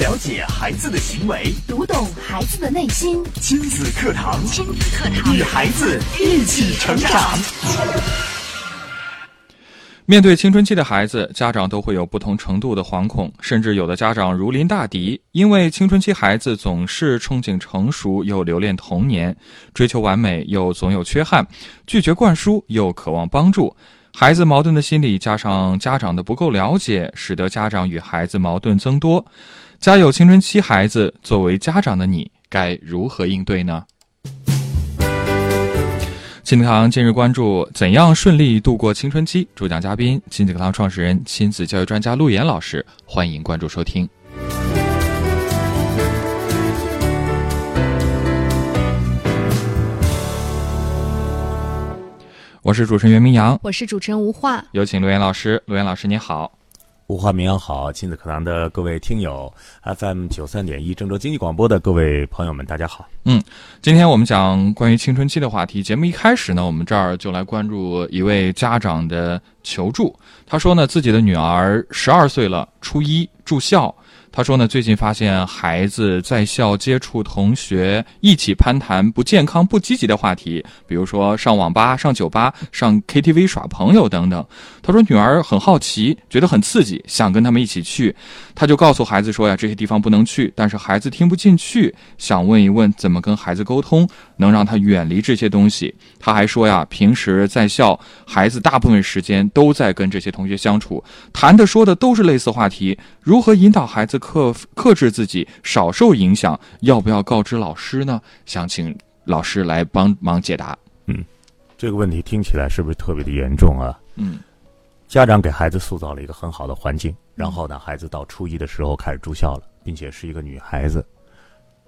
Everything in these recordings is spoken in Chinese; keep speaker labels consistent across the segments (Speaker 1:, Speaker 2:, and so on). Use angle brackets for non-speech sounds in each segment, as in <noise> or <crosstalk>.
Speaker 1: 了解孩子的行为，
Speaker 2: 读懂孩子的内心。
Speaker 1: 亲子课堂，
Speaker 2: 亲子课堂
Speaker 1: 与孩子一起成长。
Speaker 3: 面对青春期的孩子，家长都会有不同程度的惶恐，甚至有的家长如临大敌，因为青春期孩子总是憧憬成熟，又留恋童年，追求完美又总有缺憾，拒绝灌输又渴望帮助。孩子矛盾的心理加上家长的不够了解，使得家长与孩子矛盾增多。家有青春期孩子，作为家长的你该如何应对呢？亲子课堂近日关注怎样顺利度过青春期，主讲嘉宾亲子课堂创始人、亲子教育专家陆岩老师，欢迎关注收听。我是主持人袁明阳，
Speaker 4: 我是主持人吴化。
Speaker 3: 有请陆岩老师。陆岩老师您好，
Speaker 5: 五花名扬好，亲子课堂的各位听友，FM 九三点一郑州经济广播的各位朋友们，大家好。
Speaker 3: 今天我们讲关于青春期的话题。节目一开始呢，我们这儿就来关注一位家长的求助。他说呢，自己的女儿十二岁了，初一住校。他说呢，最近发现孩子在校接触同学一起攀谈不健康、不积极的话题，比如说上网吧、上酒吧、上 KTV 耍朋友等等。他说女儿很好奇，觉得很刺激，想跟他们一起去。他就告诉孩子说呀，这些地方不能去，但是孩子听不进去，想问一问怎么跟孩子沟通，能让他远离这些东西。他还说呀，平时在校，孩子大部分时间都在跟这些同学相处，谈的说的都是类似话题，如何引导孩子克克制自己，少受影响？要不要告知老师呢？想请老师来帮忙解答。
Speaker 5: 这个问题听起来是不是特别的严重啊？
Speaker 3: 嗯
Speaker 5: 家长给孩子塑造了一个很好的环境，然后呢，孩子到初一的时候开始住校了，并且是一个女孩子，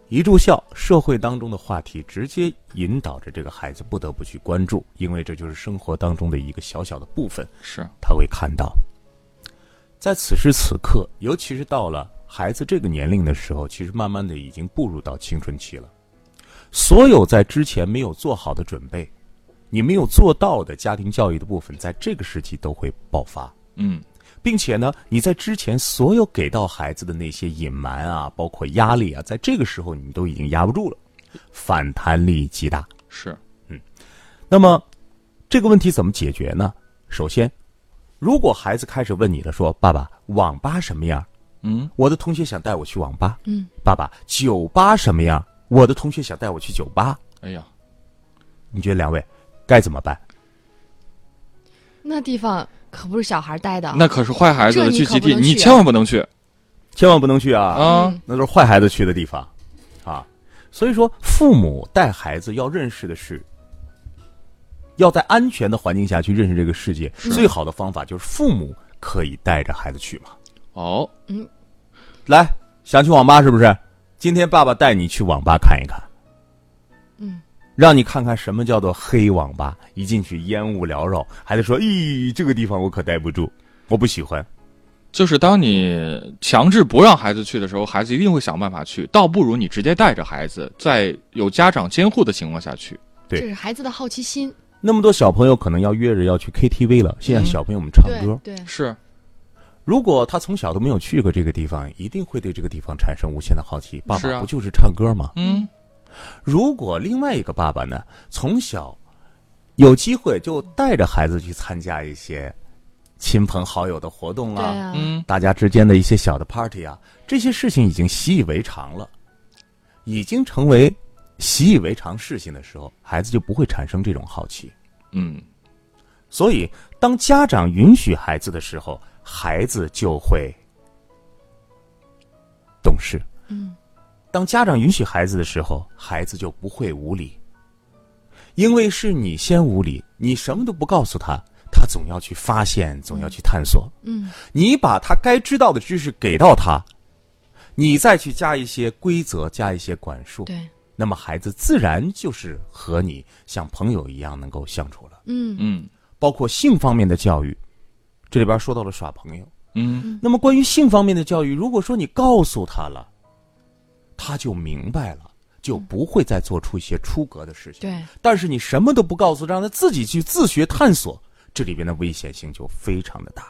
Speaker 5: 一住校，社会当中的话题直接引导着这个孩子不得不去关注，因为这就是生活当中的一个小小的部分。
Speaker 3: 是，
Speaker 5: 他会看到。在此时此刻，尤其是到了孩子这个年龄的时候，其实慢慢的已经步入到青春期了。所有在之前没有做好的准备，你没有做到的家庭教育的部分，在这个时期都会爆发，
Speaker 3: 嗯
Speaker 5: 并且呢，你在之前所有给到孩子的那些隐瞒啊，包括压力啊，在这个时候你都已经压不住了，反弹力极大。
Speaker 3: 是，
Speaker 5: 那么这个问题怎么解决呢？首先，如果孩子开始问你了，说：“爸爸，网吧什么样？
Speaker 3: 嗯
Speaker 5: 我的同学想带我去网吧。”
Speaker 4: 嗯，
Speaker 5: 爸爸，酒吧什么样？我的同学想带我去酒吧。
Speaker 3: 哎呀，
Speaker 5: 你觉得两位该怎么办？
Speaker 4: 那地方可不是小孩待的，
Speaker 3: 那可是坏孩子的
Speaker 4: 这
Speaker 3: 聚
Speaker 4: 你可
Speaker 3: 集
Speaker 4: 不
Speaker 3: 地，
Speaker 4: 能去
Speaker 3: 你千万不能去
Speaker 5: 千万不能去啊！
Speaker 3: 啊！
Speaker 5: 那都是坏孩子去的地方，啊！所以说，父母带孩子要认识的是，要在安全的环境下去认识这个世界。最好的方法就是父母可以带着孩子去嘛。
Speaker 3: 哦，
Speaker 5: 来，想去网吧是不是？今天爸爸带你去网吧看一看，
Speaker 4: 嗯，
Speaker 5: 让你看看什么叫做黑网吧。一进去烟雾缭绕，孩子说：“咦，这个地方我可待不住，我不喜欢。
Speaker 3: 就是当你强制不让孩子去的时候，孩子一定会想办法去，倒不如你直接带着孩子，在有家长监护的情况下去。
Speaker 5: 对
Speaker 4: 这是孩子的好奇心。”
Speaker 5: 那么多小朋友可能要约着要去 KTV 了。现在小朋友们唱
Speaker 4: 嗯对
Speaker 5: 歌，
Speaker 4: 对，
Speaker 3: 是，
Speaker 5: 如果他从小都没有去过这个地方，一定会对这个地方产生无限的好奇。爸
Speaker 3: 是啊
Speaker 5: 爸不就是唱歌吗？
Speaker 3: 嗯，
Speaker 5: 如果另外一个爸爸呢，从小有机会就带着孩子去参加一些亲朋好友的活动
Speaker 4: 对啊，
Speaker 3: 嗯，
Speaker 5: 大家之间的一些小的 party 啊，这些事情已经习以为常了，已经成为习以为常事情的时候，孩子就不会产生这种好奇。
Speaker 3: 嗯，
Speaker 5: 所以，当家长允许孩子的时候，孩子就会懂事。
Speaker 4: 嗯，
Speaker 5: 当家长允许孩子的时候，孩子就不会无理，因为是你先无理，你什么都不告诉他，他总要去发现，总要去探索。
Speaker 4: 嗯，
Speaker 5: 你把他该知道的知识给到他，你再去加一些规则，加一些管束，
Speaker 4: 对，
Speaker 5: 那么孩子自然就是和你像朋友一样能够相处了。
Speaker 4: 嗯
Speaker 3: 嗯，
Speaker 5: 包括性方面的教育，这里边说到了耍朋友。
Speaker 3: 嗯，
Speaker 5: 那么关于性方面的教育，如果说你告诉他了，他就明白了，就不会再做出一些出格的事情。
Speaker 4: 对，
Speaker 5: 但是你什么都不告诉，让他自己去自学探索，这里边的危险性就非常的大。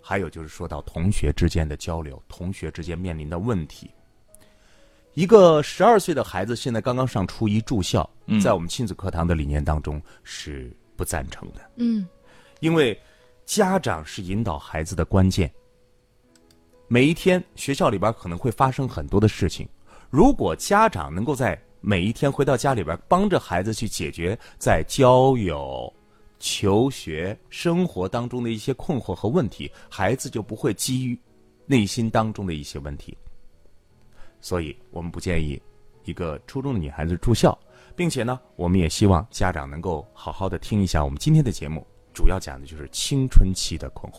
Speaker 5: 还有就是说到同学之间的交流，同学之间面临的问题。一个十二岁的孩子现在刚刚上初一住校，
Speaker 3: 嗯
Speaker 5: 在我们亲子课堂的理念当中是不赞成的，
Speaker 4: 嗯，
Speaker 5: 因为家长是引导孩子的关键。每一天学校里边可能会发生很多的事情，如果家长能够在每一天回到家里边帮着孩子去解决在交友、求学、生活当中的一些困惑和问题，孩子就不会基于内心当中的一些问题。所以我们不建议一个初中的女孩子住校，并且呢，我们也希望家长能够好好的听一下我们今天的节目，主要讲的就是青春期的困惑。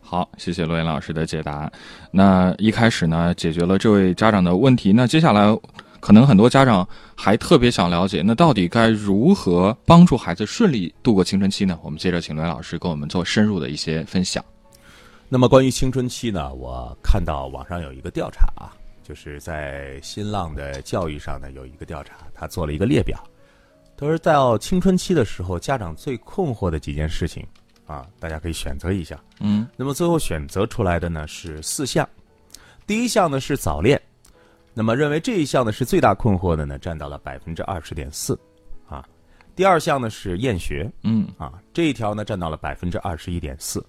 Speaker 3: 好，谢谢罗岩老师的解答。那一开始呢，解决了这位家长的问题。那接下来，可能很多家长还特别想了解，那到底该如何帮助孩子顺利度过青春期呢？我们接着请罗岩老师跟我们做深入的一些分享。
Speaker 5: 那么关于青春期呢，我看到网上有一个调查啊，就是在新浪的教育上呢有一个调查，他做了一个列表，他说到青春期的时候，家长最困惑的几件事情啊，大家可以选择一下。
Speaker 3: 嗯，
Speaker 5: 那么最后选择出来的呢是四项，第一项呢是早恋，那么认为这一项呢是最大困惑的呢，占到了百分之二十点四，啊，第二项呢是厌学，
Speaker 3: 嗯
Speaker 5: 啊，这一条呢占到了百分之二十一点四，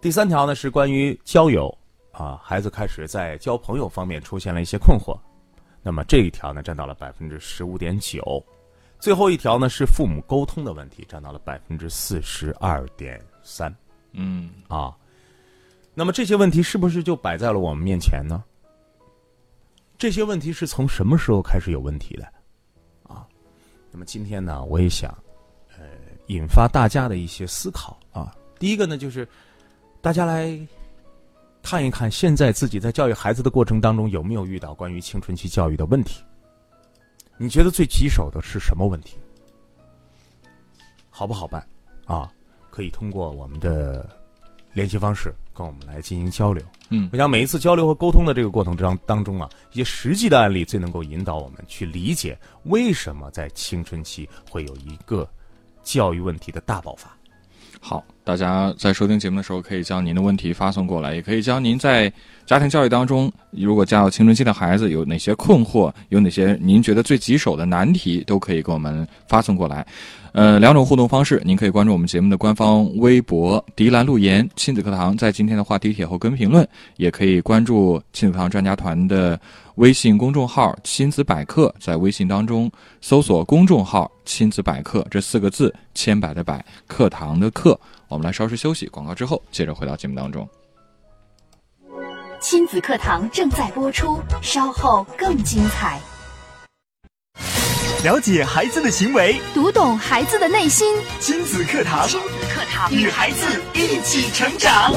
Speaker 5: 第三条呢是关于交友啊，孩子开始在交朋友方面出现了一些困惑，那么这一条呢占到了百分之十五点九，最后一条呢是父母沟通的问题，占到了百分之四十二点三。
Speaker 3: 嗯，
Speaker 5: 啊。那么这些问题是不是就摆在了我们面前呢？这些问题是从什么时候开始有问题的？啊，那么今天呢，我也想，呃，引发大家的一些思考啊。第一个呢，就是大家来看一看，现在自己在教育孩子的过程当中有没有遇到关于青春期教育的问题？你觉得最棘手的是什么问题？好不好办啊？可以通过我们的联系方式跟我们来进行交流。
Speaker 3: 嗯
Speaker 5: 我想每一次交流和沟通的这个过程当当中啊，一些实际的案例最能够引导我们去理解为什么在青春期会有一个教育问题的大爆发。
Speaker 3: 好，大家在收听节目的时候，可以将您的问题发送过来，也可以将您在家庭教育当中，如果家有青春期的孩子有哪些困惑，有哪些您觉得最棘手的难题，都可以给我们发送过来。呃，两种互动方式，您可以关注我们节目的官方微博“迪兰路言亲子课堂”，在今天的话题帖后跟评论，也可以关注亲子课堂专家团的微信公众号“亲子百科”，在微信当中搜索公众号“亲子百科”这四个字，千百的百，课堂的课。我们来稍事休息，广告之后接着回到节目当中。
Speaker 2: 亲子课堂正在播出，稍后更精彩。
Speaker 1: 了解孩子的行为，
Speaker 2: 读懂孩子的内心，
Speaker 1: 亲子课堂
Speaker 2: 亲子课堂
Speaker 1: 与孩子一起成长。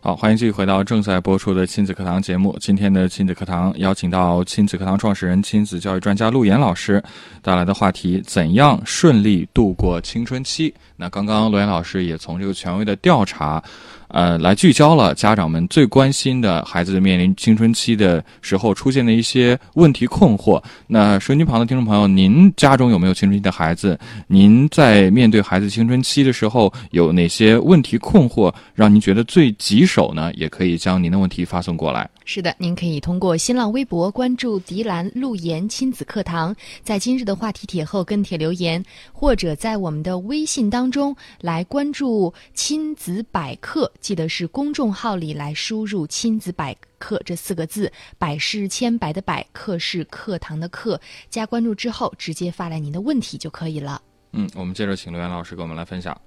Speaker 3: 好，欢迎继续回到正在播出的亲子课堂节目。今天的亲子课堂邀请到亲子课堂创始人、亲子教育专家陆岩老师带来的话题：怎样顺利度过青春期？那刚刚陆岩老师也从这个权威的调查，呃，来聚焦了家长们最关心的孩子面临青春期的时候出现的一些问题困惑。那收音机旁的听众朋友，您家中有没有青春期的孩子？您在面对孩子青春期的时候，有哪些问题困惑，让您觉得最棘手呢？也可以将您的问题发送过来。
Speaker 4: 是的，您可以通过新浪微博关注“迪兰路言亲子课堂”，在今日的话题帖后跟帖留言，或者在我们的微信当中来关注“亲子百科”，记得是公众号里来输入“亲子百科”这四个字，“百”是千百的“百”，“课”是课堂的“课”，加关注之后直接发来您的问题就可以了。
Speaker 3: 嗯，我们接着请刘岩老师给我们来分享。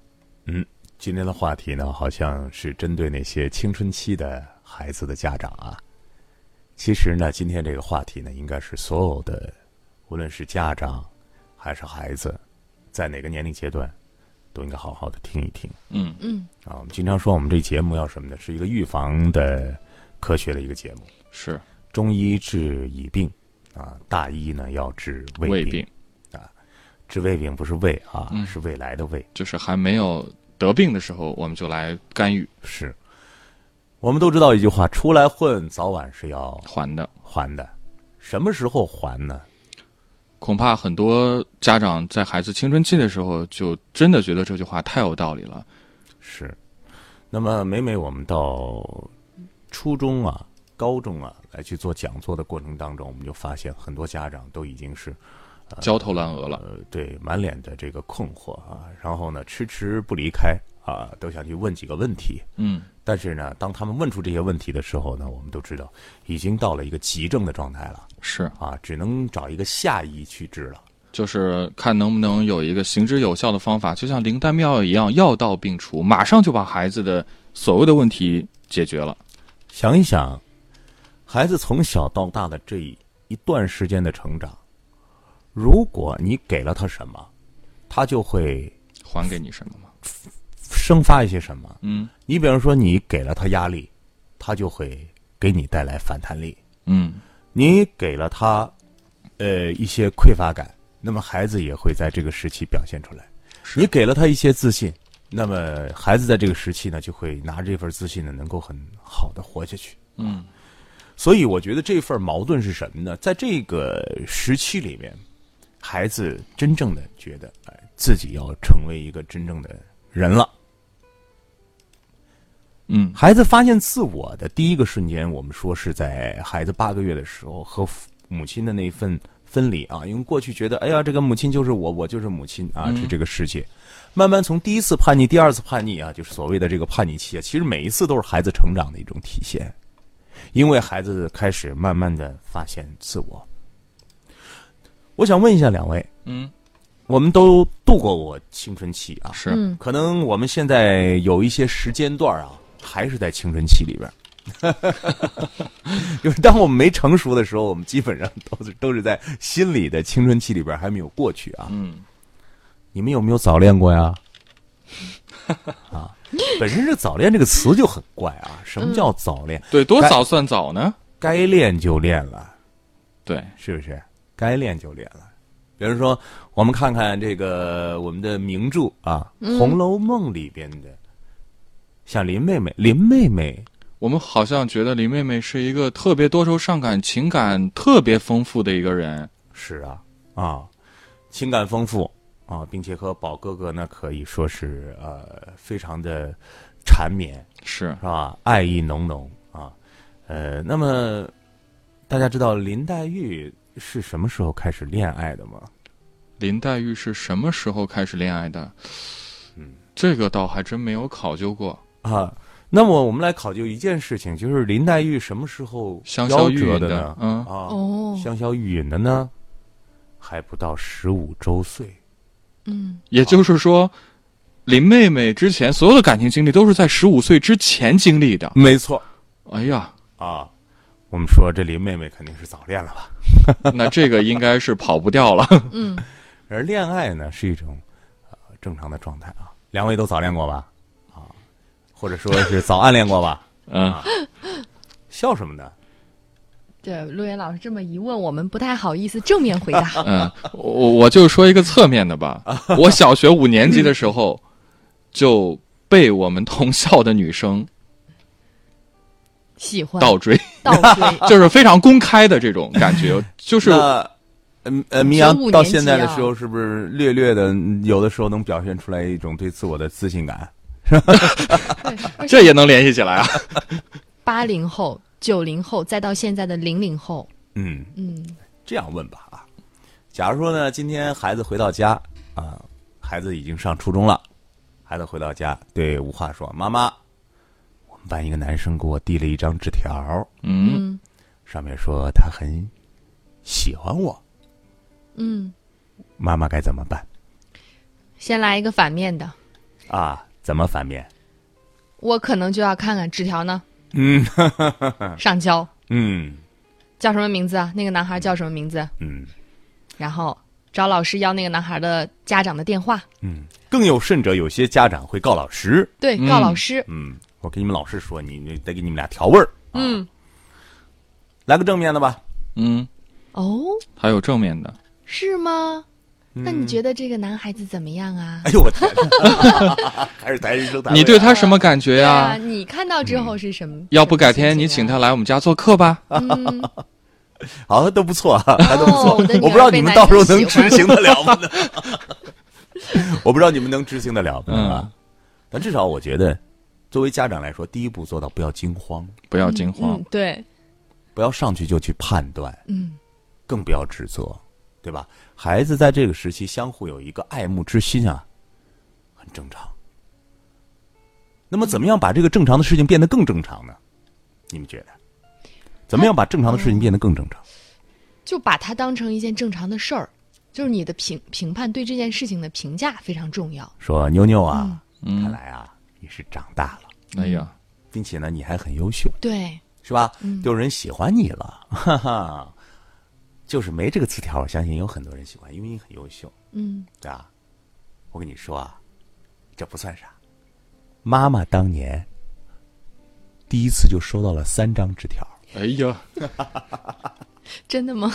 Speaker 5: 今天的话题呢，好像是针对那些青春期的孩子的家长啊。其实呢，今天这个话题呢，应该是所有的，无论是家长还是孩子，在哪个年龄阶段，都应该好好的听一听
Speaker 3: 嗯
Speaker 4: 嗯，
Speaker 5: 啊。我们经常说，我们这节目要什么呢？是一个预防的科学的一个节目。
Speaker 3: 是
Speaker 5: 中医治已病啊，大医呢要治胃
Speaker 3: 胃
Speaker 5: 病。
Speaker 3: 病，
Speaker 5: 治胃病不是胃啊，
Speaker 3: 嗯
Speaker 5: 是未来的胃。
Speaker 3: 就是还没有得病的时候，我们就来干预
Speaker 5: 是，我们都知道一句话：出来混，早晚是要
Speaker 3: 还的。
Speaker 5: 还的。什么时候还呢？
Speaker 3: 恐怕很多家长在孩子青春期的时候，就真的觉得这句话太有道理了。
Speaker 5: 是，那么每每我们到初中啊、高中啊来去做讲座的过程当中，我们就发现很多家长都已经是
Speaker 3: 焦头烂额了，
Speaker 5: 呃，对，满脸的这个困惑啊，然后呢，迟迟不离开啊，都想去问几个问题。
Speaker 3: 嗯，
Speaker 5: 但是呢，当他们问出这些问题的时候呢，我们都知道已经到了一个急症的状态了
Speaker 3: 是，
Speaker 5: 啊，只能找一个下医去治了。
Speaker 3: 就是看能不能有一个行之有效的方法，就像灵丹妙药一样，药到病除，马上就把孩子的所有的问题解决了。
Speaker 5: 想一想，孩子从小到大的这一段时间的成长，如果你给了他什么，他就会
Speaker 3: 还给你什么吗？
Speaker 5: 生发一些什么。
Speaker 3: 嗯
Speaker 5: 你比方说，你给了他压力，他就会给你带来反弹力；
Speaker 3: 嗯，
Speaker 5: 你给了他，呃，一些匮乏感，那么孩子也会在这个时期表现出来。
Speaker 3: 是
Speaker 5: 你给了他一些自信，那么孩子在这个时期呢，就会拿这份自信呢，能够很好的活下去。
Speaker 3: 嗯，
Speaker 5: 所以我觉得这份矛盾是什么呢？在这个时期里面，孩子真正的觉得，哎，自己要成为一个真正的人了。
Speaker 3: 嗯，
Speaker 5: 孩子发现自我的第一个瞬间，我们说是在孩子八个月的时候和父母亲的那一份分离啊，因为过去觉得，哎呀，这个母亲就是我，我就是母亲
Speaker 3: 嗯
Speaker 5: 啊，是这个世界。慢慢从第一次叛逆、第二次叛逆啊，就是所谓的这个叛逆期啊，其实每一次都是孩子成长的一种体现，因为孩子开始慢慢的发现自我。我想问一下两位，
Speaker 3: 嗯，
Speaker 5: 我们都度过我青春期啊，
Speaker 3: 是，
Speaker 4: 嗯
Speaker 5: 可能我们现在有一些时间段啊，还是在青春期里边儿。就是当我们没成熟的时候，我们基本上都是都是在心理的青春期里边儿还没有过去啊。
Speaker 3: 嗯，
Speaker 5: 你们有没有早恋过呀？啊，本身这“早恋”这个词就很怪啊。什么叫早恋？
Speaker 3: 对，多
Speaker 5: 该
Speaker 3: 早算早呢？
Speaker 5: 该恋就恋了，
Speaker 3: 对，
Speaker 5: 是不是？该恋就恋了。比如说，我们看看这个我们的名著啊，
Speaker 4: 嗯
Speaker 5: 红楼梦》里边的，像林妹妹，林妹妹
Speaker 3: 我们好像觉得林妹妹是一个特别多愁善感、情感特别丰富的一个人。
Speaker 5: 是啊啊，情感丰富啊，并且和宝哥哥呢可以说是呃非常的缠绵，
Speaker 3: 是
Speaker 5: 是，吧？爱意浓浓啊，呃，那么大家知道林黛玉是什么时候开始恋爱的吗？
Speaker 3: 林黛玉是什么时候开始恋爱的？
Speaker 5: 嗯，
Speaker 3: 这个倒还真没有考究过。
Speaker 5: 啊，那么我们来考究一件事情，就是林黛玉什么时候
Speaker 3: 香消
Speaker 5: 夭
Speaker 3: 玉
Speaker 5: 折
Speaker 3: 殒
Speaker 5: 的
Speaker 3: 的
Speaker 5: 呢？
Speaker 3: 嗯
Speaker 5: 啊，
Speaker 4: 哦，
Speaker 5: 香消玉殒的呢，还不到十五周岁。
Speaker 4: 嗯，
Speaker 3: 也就是说，林妹妹之前所有的感情经历都是在十五岁之前经历的。
Speaker 5: 没错
Speaker 3: 哎呀，
Speaker 5: 啊，我们说这林妹妹肯定是早恋了吧？
Speaker 3: 那这个应该是跑不掉了。 <laughs>
Speaker 5: 而恋爱呢是一种呃正常的状态啊。两位都早恋过吧？啊，或者说是早暗恋过吧？ <laughs>
Speaker 3: 嗯，
Speaker 5: 笑什么呢？
Speaker 4: 对，陆岩老师这么一问，我们不太好意思正面回
Speaker 3: <laughs>
Speaker 4: 答。
Speaker 3: 嗯，我我就说一个侧面的吧。我小学五年级的时候，就被我们同校的女生
Speaker 4: 喜欢
Speaker 3: 倒追， <laughs>
Speaker 4: 倒追，
Speaker 3: 就是非常公开的这种
Speaker 5: <laughs>
Speaker 3: 感觉，就是
Speaker 5: 那嗯呃，明
Speaker 4: 五
Speaker 5: 阳
Speaker 4: 年
Speaker 5: 到现在
Speaker 4: 级
Speaker 5: 的
Speaker 4: 啊
Speaker 5: 时候，是不是略略的，嗯有的时候能表现出来一种对自我的自信感？
Speaker 3: 这也能联系起来啊。
Speaker 4: 八零后、九零后，再到现在的零零后，
Speaker 5: 嗯，
Speaker 4: 嗯，
Speaker 5: 这样问吧啊，假如说呢，今天孩子回到家啊，孩子已经上初中了，孩子回到家对吴话说：“妈妈，我们班一个男生给我递了一张纸条儿，
Speaker 3: 嗯，
Speaker 4: 嗯
Speaker 5: 上面说他很喜欢我，
Speaker 4: 嗯，
Speaker 5: 妈妈该怎么办
Speaker 4: 先来一个反面的，
Speaker 5: 啊？怎么反面？
Speaker 4: 我可能就要看看纸条呢，
Speaker 5: 嗯
Speaker 4: 上交
Speaker 5: 嗯
Speaker 4: 叫什么名字啊？那个男孩叫什么名字？
Speaker 5: 嗯
Speaker 4: 然后找老师要那个男孩的家长的电话，
Speaker 5: 嗯。更有甚者，有些家长会告老师。
Speaker 4: 对，
Speaker 3: 嗯
Speaker 4: 告老师，
Speaker 5: 嗯，我跟你们老师说，你你得给你们俩调味儿。啊、
Speaker 4: 嗯，
Speaker 5: 来个正面的吧。
Speaker 3: 嗯，
Speaker 4: 哦，
Speaker 3: 还有正面的，
Speaker 4: 是吗？
Speaker 3: 嗯
Speaker 4: 那你觉得这个男孩子怎么样啊？
Speaker 5: <laughs> 哎呦我
Speaker 3: <laughs>
Speaker 5: 天哪，还是咱人生谈
Speaker 3: 你对他什么感觉
Speaker 4: 对
Speaker 3: 哎呀、
Speaker 5: 啊
Speaker 3: 嗯
Speaker 4: 啊，你看到之后是什么？
Speaker 3: 要不改天
Speaker 4: 什么
Speaker 3: 你
Speaker 4: 心
Speaker 3: 请
Speaker 4: 情啊
Speaker 3: 他来我们家做客吧？
Speaker 4: 嗯，
Speaker 5: 好像都不错啊，还都不错。
Speaker 4: 哦我的女儿
Speaker 5: 不知道你们到时候能执
Speaker 4: 被男生
Speaker 5: 行得了吗？
Speaker 3: <laughs>
Speaker 5: 我不知道你们能执行得了吗？
Speaker 3: 嗯
Speaker 5: 啊，但至少我觉得，作为家长来说，第一步做到不要惊慌，
Speaker 3: 不要惊慌
Speaker 4: 嗯，，对，
Speaker 5: 不要上去就去判断，
Speaker 4: 嗯，
Speaker 5: 更不要指责，对吧？孩子在这个时期相互有一个爱慕之心啊，很正常。那么，怎么样把这个正常的事情变得更正常呢？你们觉得？怎么样把正常的事情变得更正常？
Speaker 4: 就把它当成一件正常的事儿，就是你的评评判对这件事情的评价非常重要。
Speaker 5: 说妞妞啊，
Speaker 3: 嗯
Speaker 5: 看来啊，你是长大了，
Speaker 3: 哎呀，
Speaker 5: 并且呢，你还很优秀，
Speaker 4: 对，
Speaker 5: 是吧？就有人喜欢你了，哈哈。就是没这个词条，我相信有很多人喜欢，因为你很优秀，
Speaker 4: 嗯，
Speaker 5: 对吧？啊我跟你说啊，这不算啥。妈妈当年第一次就收到了三张纸条，
Speaker 3: 哎呀，
Speaker 4: 真的吗？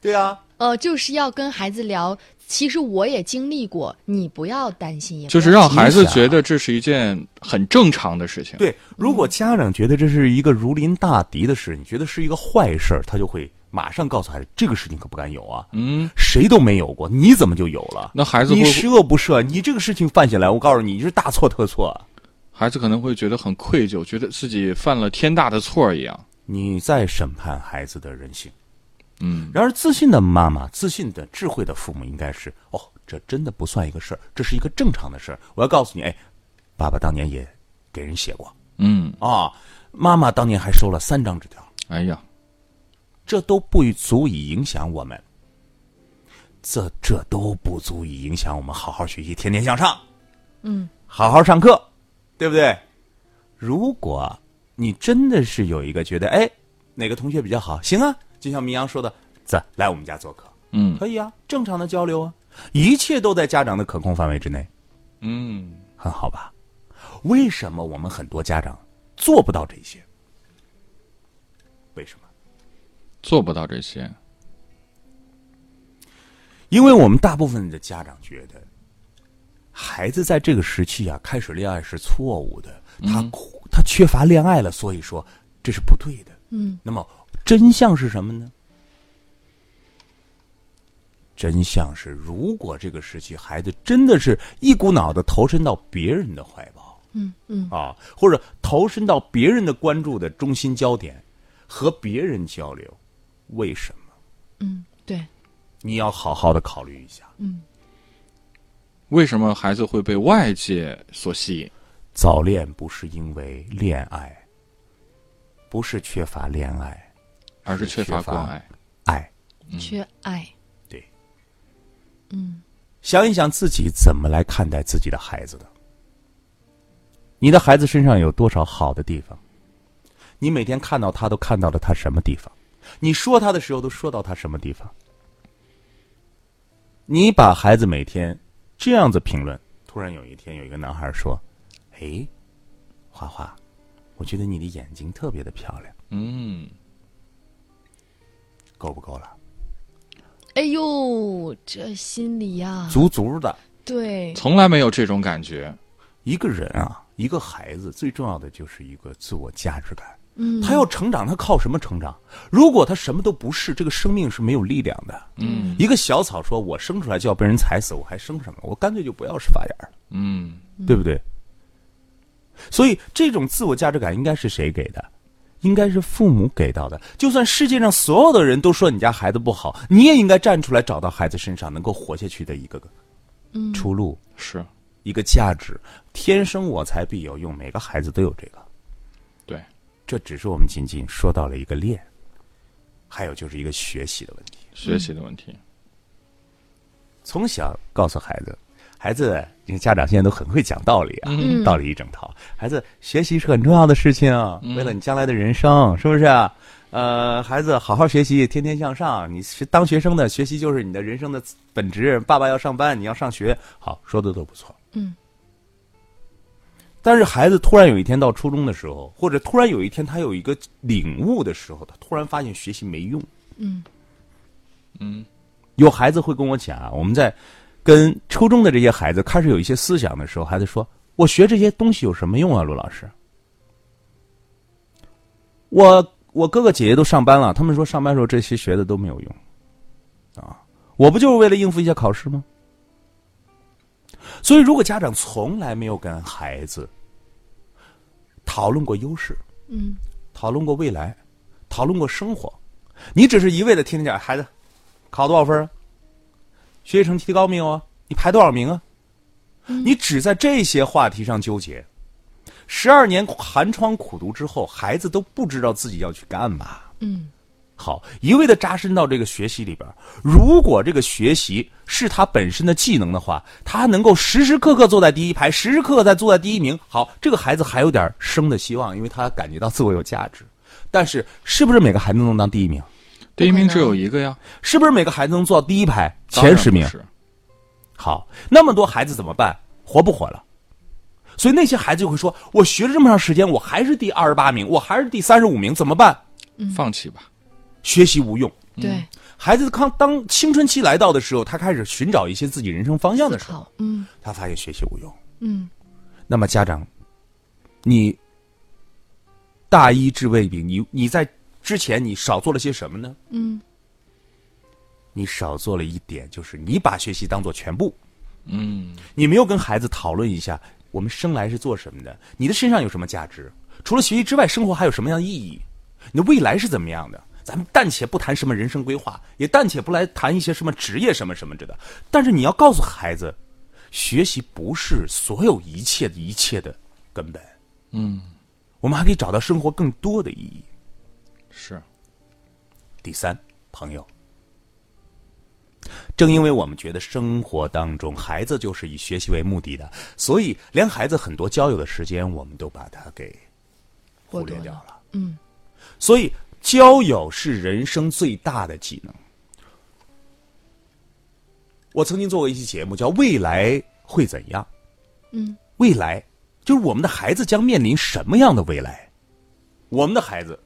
Speaker 5: 对啊，
Speaker 4: <laughs> 呃，就是要跟孩子聊，其实我也经历过，你不要担心，也不
Speaker 3: 就
Speaker 4: 要
Speaker 3: 是让
Speaker 5: 急
Speaker 3: 孩子
Speaker 5: 啥
Speaker 3: 觉得这是一件很正常的事情。
Speaker 5: 对。如果家长觉得这是一个如临大敌的事，你觉得是一个坏事儿，他就会马上告诉孩子，这个事情可不敢有啊。
Speaker 3: 嗯，
Speaker 5: 谁都没有过，你怎么就有了？
Speaker 3: 那孩子会
Speaker 5: 你十恶不赦，你这个事情犯下来，我告诉你，你是大错特错。啊
Speaker 3: 孩子可能会觉得很愧疚，觉得自己犯了天大的错儿一样。
Speaker 5: 你在审判孩子的人性。
Speaker 3: 嗯，
Speaker 5: 然而，自信的妈妈、自信的、智慧的父母，应该是哦，这真的不算一个事儿，这是一个正常的事儿。我要告诉你，哎，爸爸当年也给人写过
Speaker 3: 嗯，
Speaker 5: 啊，妈妈当年还收了三张纸条，
Speaker 3: 哎呀，
Speaker 5: 这都不足以影响我们，这这都不足以影响我们好好学习，天天向上，
Speaker 4: 嗯，
Speaker 5: 好好上课，对不对？如果你真的是有一个觉得，哎，哪个同学比较好，行啊，就像明阳说的，咱来我们家做客，
Speaker 3: 嗯
Speaker 5: 可以啊，正常的交流啊，一切都在家长的可控范围之内，
Speaker 3: 嗯，
Speaker 5: 很好吧？为什么我们很多家长做不到这些？为什么？
Speaker 3: 做不到这些。
Speaker 5: 因为我们大部分的家长觉得，孩子在这个时期啊，开始恋爱是错误的，他、
Speaker 4: 嗯
Speaker 5: 他缺乏恋爱了，所以说这是不对的。
Speaker 4: 嗯，
Speaker 5: 那么真相是什么呢？真相是，如果这个时期孩子真的是一股脑的投身到别人的怀抱，
Speaker 4: 嗯嗯
Speaker 5: 啊，或者投身到别人的关注的中心焦点，和别人交流，为什么？
Speaker 4: 嗯，对，
Speaker 5: 你要好好的考虑一下。
Speaker 3: 为什么孩子会被外界所吸引？
Speaker 5: 早恋不是因为恋爱，不是缺乏恋爱，
Speaker 3: 而是缺乏关爱？
Speaker 5: 爱。
Speaker 4: 缺爱，
Speaker 5: 对，
Speaker 4: 嗯
Speaker 5: 想一想自己怎么来看待自己的孩子的。你的孩子身上有多少好的地方？你每天看到他都看到了他什么地方？你说他的时候都说到他什么地方？你把孩子每天这样子评论，突然有一天有一个男孩说：“哎，花花，我觉得你的眼睛特别的漂亮，
Speaker 3: 嗯，
Speaker 5: 够不够了？”
Speaker 4: 哎呦，这心里呀、
Speaker 5: 足足的。
Speaker 4: 对，
Speaker 3: 从来没有这种感觉。
Speaker 5: 一个人啊，一个孩子最重要的就是一个自我价值感。
Speaker 4: 嗯，
Speaker 5: 他要成长，他靠什么成长？如果他什么都不是，这个生命是没有力量的。
Speaker 3: 嗯
Speaker 5: 一个小草说：“我生出来就要被人踩死，我还生什么？我干脆就不要是发芽了，
Speaker 3: 嗯，
Speaker 5: 对不对？”所以，这种自我价值感应该是谁给的？应该是父母给到的。就算世界上所有的人都说你家孩子不好，你也应该站出来，找到孩子身上能够活下去的一个个
Speaker 3: 嗯
Speaker 5: 出路。
Speaker 3: 是
Speaker 5: 一个价值，天生我材必有用，每个孩子都有这个。
Speaker 3: 对。
Speaker 5: 这只是我们仅仅说到了一个练，还有就是一个学习的问题。
Speaker 3: 学习的问题。
Speaker 5: 从小告诉孩子，孩子，你家长现在都很会讲道理啊，
Speaker 4: 嗯
Speaker 5: 道理一整套。孩子，学习是很重要的事情，为了你将来的人生，是不是？呃，孩子，好好学习，天天向上。你是当学生的，学习就是你的人生的本质。爸爸要上班，你要上学。好，说的都不错。
Speaker 4: 嗯。
Speaker 5: 但是孩子突然有一天到初中的时候，或者突然有一天他有一个领悟的时候，他突然发现学习没用。
Speaker 4: 嗯
Speaker 5: 有孩子会跟我讲啊，我们在跟初中的这些孩子开始有一些思想的时候，孩子说：“我学这些东西有什么用啊，陆老师？我我哥哥姐姐都上班了，他们说上班时候这些学的都没有用，啊，我不就是为了应付一下考试吗？所以，如果家长从来没有跟孩子讨论过优势，
Speaker 4: 嗯，
Speaker 5: 讨论过未来，讨论过生活，你只是一味的听人讲孩子考多少分啊，学习成绩提高没有啊，你排多少名啊，你只在这些话题上纠结。十二年寒窗苦读之后，孩子都不知道自己要去干嘛。
Speaker 4: 嗯，
Speaker 5: 好，一味的扎深到这个学习里边儿。如果这个学习是他本身的技能的话，他能够时时刻刻坐在第一排，时时刻刻在坐在第一名。好，这个孩子还有点生的希望，因为他感觉到自我有价值。但是，是不是每个孩子能当第一名？
Speaker 3: 第一名只有一个呀，
Speaker 5: 是不是每个孩子能坐到第一排
Speaker 3: 当然
Speaker 5: 前
Speaker 3: 不
Speaker 5: 十名？
Speaker 3: 是
Speaker 5: 好，那么多孩子怎么办？活不活了？所以那些孩子就会说：“我学了这么长时间，我还是第二十八名，我还是第三十五名，怎么办？
Speaker 3: 放弃吧。
Speaker 5: 学习无用。
Speaker 4: 对，”
Speaker 5: 孩子刚当青春期来到的时候，他开始寻找一些自己人生方向
Speaker 4: 思
Speaker 5: 的时候，
Speaker 4: 考，嗯
Speaker 5: 他发现学习无用。
Speaker 4: 嗯，
Speaker 5: 那么家长，你大医治未病，你你在之前你少做了些什么呢？
Speaker 4: 嗯，
Speaker 5: 你少做了一点，就是你把学习当做全部。
Speaker 3: 嗯，
Speaker 5: 你没有跟孩子讨论一下，我们生来是做什么的？你的身上有什么价值？除了学习之外，生活还有什么样的意义？你的未来是怎么样的？咱们暂且不谈什么人生规划，也暂且不来谈一些什么职业什么什么着的。但是你要告诉孩子，学习不是所有一切的一切的根本。嗯，我们还可以找到生活更多的意义。
Speaker 3: 是
Speaker 5: 第三，朋友。正因为我们觉得生活当中孩子就是以学习为目的的，所以连孩子很多交友的时间，我们都把它给忽
Speaker 4: 剥
Speaker 5: 略
Speaker 4: 夺
Speaker 5: 掉了。
Speaker 4: 了，嗯，
Speaker 5: 所以，交友是人生最大的技能。我曾经做过一期节目，叫《未来会怎样》。
Speaker 4: 嗯，
Speaker 5: 未来就是我们的孩子将面临什么样的未来？我们的孩子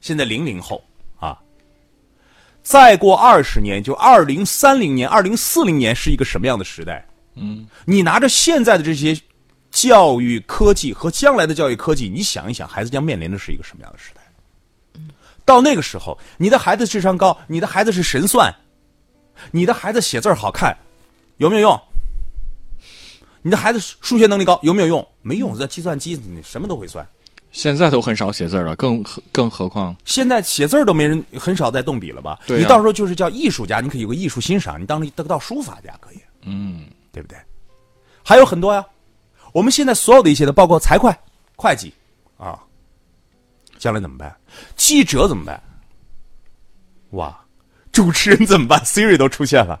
Speaker 5: 现在零零后啊，再过二十年，就二零三零年、二零四零年是一个什么样的时代？嗯，你拿着现在的这些教育科技和将来的教育科技，你想一想，孩子将面临的是一个什么样的时代？到那个时候，你的孩子智商高，你的孩子是神算，你的孩子写字儿好看，有没有用？你的孩子数学能力高有没有用？没用，这计算机你什么都会算。
Speaker 3: 现在都很少写字儿了，更更何况
Speaker 5: 现在写字儿都没人，很少再动笔了吧？
Speaker 3: 对呀
Speaker 5: 你到时候就是叫艺术家，你可以有个艺术欣赏，你当得到书法家可以，嗯，对不对？还有很多呀，我们现在所有的一切的，包括财会、会计啊，将来怎么办？记者怎么办？哇，主持人怎么办？Siri 都出现了。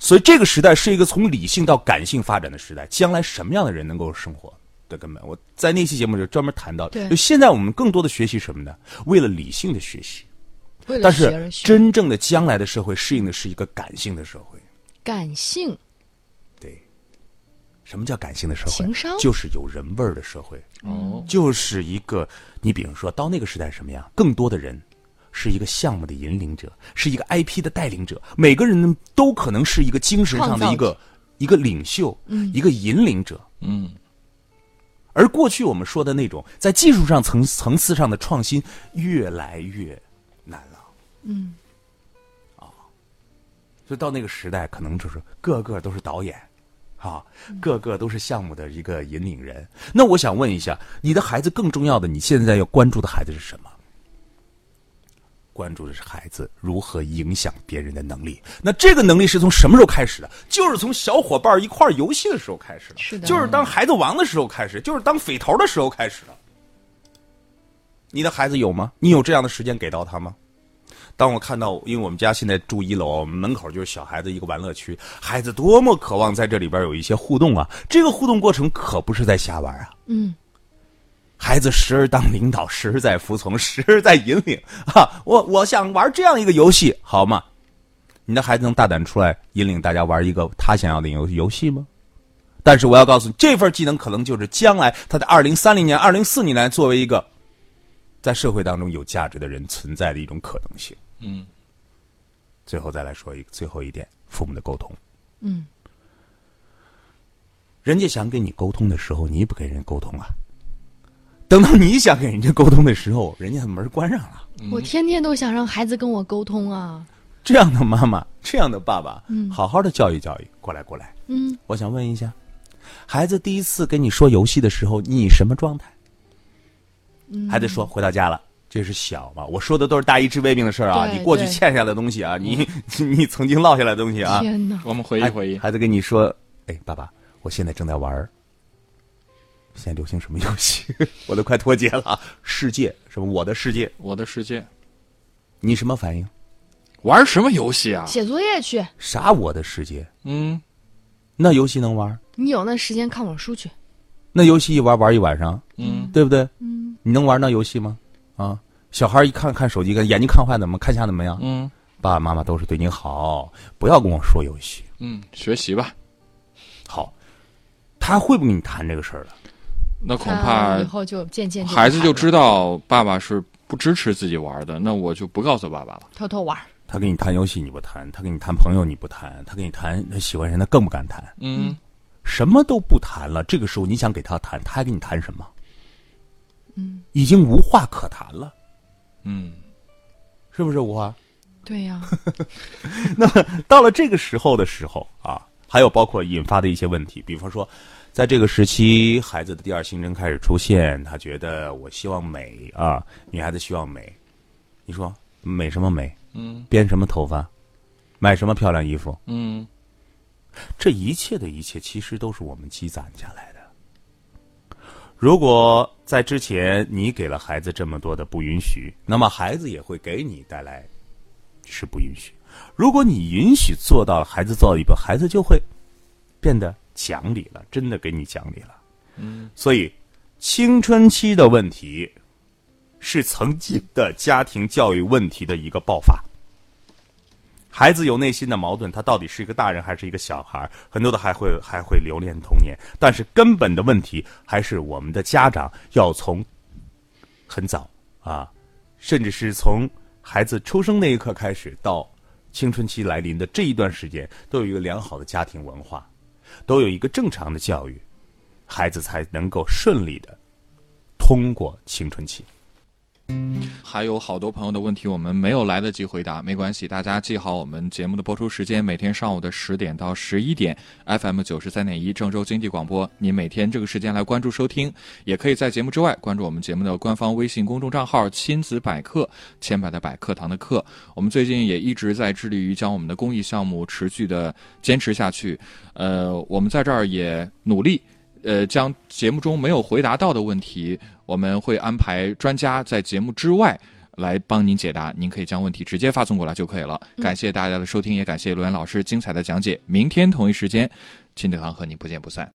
Speaker 5: 所以这个时代是一个从理性到感性发展的时代。将来什么样的人能够生活的根本？我在那期节目就专门谈到，
Speaker 4: 对
Speaker 5: 就现在我们更多的学习什么呢？为了理性的学习，
Speaker 4: 为了
Speaker 5: 但
Speaker 4: 学而
Speaker 5: 是
Speaker 4: 学，
Speaker 5: 真正的将来的社会适应的是一个感性的社会。
Speaker 4: 感性，
Speaker 5: 对，什么叫感性的社会？
Speaker 4: 情商
Speaker 5: 就是有人味儿的社会，
Speaker 3: 哦，
Speaker 5: 就是一个你比如说到那个时代什么样，更多的人是一个项目的引领者，是一个 IP 的带领者，每个人都可能是一个精神上的一
Speaker 4: 创造嗯
Speaker 5: 个一个领袖，一个引领者。
Speaker 3: 嗯，
Speaker 5: 而过去我们说的那种在技术上层层次上的创新，越来越难了。
Speaker 4: 嗯，
Speaker 5: 所以到那个时代，可能就是个个都是导演，啊，个个都是项目的一个引领人。那我想问一下，你的孩子更重要的，你现在要关注的孩子是什么？关注的是孩子如何影响别人的能力。那这个能力是从什么时候开始的？就是从小伙伴一块儿游戏的时候开始的，
Speaker 4: 是的
Speaker 5: 就是当孩子王的时候开始，就是当匪头的时候开始的。你的孩子有吗？你有这样的时间给到他吗？当我看到，因为我们家现在住一楼，我们门口就是小孩子一个玩乐区，孩子多么渴望在这里边有一些互动啊！这个互动过程可不是在瞎玩啊，
Speaker 4: 嗯，
Speaker 5: 孩子时而当领导，时而在服从，时而在引领啊！我我想玩这样一个游戏，好吗？你的孩子能大胆出来引领大家玩一个他想要的游游戏吗？但是我要告诉你，这份技能可能就是将来他在二零三零年、二零四零年作为一个在社会当中有价值的人存在的一种可能性。
Speaker 3: 嗯，
Speaker 5: 最后再来说一个最后一点，父母的沟通。
Speaker 4: 嗯，
Speaker 5: 人家想跟你沟通的时候，你不给人沟通啊，等到你想给人家沟通的时候，人家的门关上了。
Speaker 4: 我天天都想让孩子跟我沟通啊。
Speaker 5: 这样的妈妈，这样的爸爸，好好的教育教育。过来，过来，
Speaker 4: 嗯，
Speaker 5: 我想问一下，孩子第一次跟你说游戏的时候，你什么状态？
Speaker 4: 嗯
Speaker 5: 孩子说回到家了，这是小嘛？我说的都是大一治未病的事儿啊，
Speaker 4: 对
Speaker 5: 你过去
Speaker 4: 对嗯
Speaker 5: 欠下的东西啊，你 <laughs> 你曾经落下来的东西啊。
Speaker 4: 天哪，
Speaker 3: 我们回忆
Speaker 5: 孩
Speaker 3: 回忆，
Speaker 5: 孩子跟你说，哎，爸爸，我现在正在玩儿，现在流行什么游戏？ <laughs> 我都快脱节了啊。世界什么？我的世界，
Speaker 3: 我的世界
Speaker 5: 你什么反应？
Speaker 3: 玩什么游戏啊？
Speaker 4: 写作业去，
Speaker 5: 啥？我的世界？
Speaker 3: 嗯，
Speaker 5: 那游戏能玩儿？
Speaker 4: 你有那时间看会儿书去。
Speaker 5: 那游戏一玩玩一晚上，
Speaker 3: 嗯，
Speaker 5: 对不对？嗯，你能玩到游戏吗？啊，小孩一看看手机，看眼睛看坏怎么看瞎怎么样？
Speaker 3: 嗯
Speaker 5: 爸爸妈妈都是对你好，不要跟我说游戏。
Speaker 3: 嗯，学习吧。
Speaker 5: 好，他会不跟你谈这个事儿了？
Speaker 3: 那恐
Speaker 4: 啊
Speaker 3: 怕
Speaker 4: 以后就渐渐
Speaker 3: 孩子就知
Speaker 4: 道
Speaker 3: 道爸爸是不支持自己玩的，那我就不告诉爸爸了。
Speaker 4: 偷偷玩儿。
Speaker 5: 他跟你谈游戏你不谈，他跟你谈朋友你不谈，他跟你谈他喜欢谁他更不敢谈，
Speaker 3: 嗯，
Speaker 5: 什么都不谈了。这个时候你想给他谈，他还跟你谈什么？嗯，已经无话可谈了，
Speaker 3: 嗯，
Speaker 5: 是不是无话？
Speaker 4: 对呀、
Speaker 5: <laughs> 到了这个时候的时候啊，还有包括引发的一些问题，比方说，在这个时期，孩子的第二性征开始出现，他觉得我希望美啊，女孩子希望美，你说美什么美？
Speaker 3: 嗯，
Speaker 5: 编什么头发，买什么漂亮衣服？
Speaker 3: 嗯，
Speaker 5: 这一切的一切，其实都是我们积攒下来的。如果在之前你给了孩子这么多的不允许，那么孩子也会给你带来是不允许。如果你允许做到了，孩子做到一步，孩子就会变得讲理了，真的给你讲理了。嗯，所以青春期的问题是曾经的家庭教育问题的一个爆发。孩子有内心的矛盾，他到底是一个大人还是一个小孩儿？很多的还会还会留恋童年，但是根本的问题还是我们的家长要从很早啊，甚至是从孩子出生那一刻开始到青春期来临的这一段时间，都有一个良好的家庭文化，都有一个正常的教育，孩子才能够顺利的通过青春期。
Speaker 3: 还有好多朋友的问题我们没有来得及回答，没关系，大家记好我们节目的播出时间，每天上午的十点到十一点，FM 九十三点一郑州经济广播，您每天这个时间来关注收听，也可以在节目之外关注我们节目的官方微信公众账号“亲子百科”，千百的百课堂的课。我们最近也一直在致力于将我们的公益项目持续的坚持下去，呃，我们在这儿也努力。呃，将节目中没有回答到的问题，我们会安排专家在节目之外来帮您解答。您可以将问题直接发送过来就可以了。感谢大家的收听，也感谢罗源老师精彩的讲解。明天同一时间，亲子堂和你不见不散。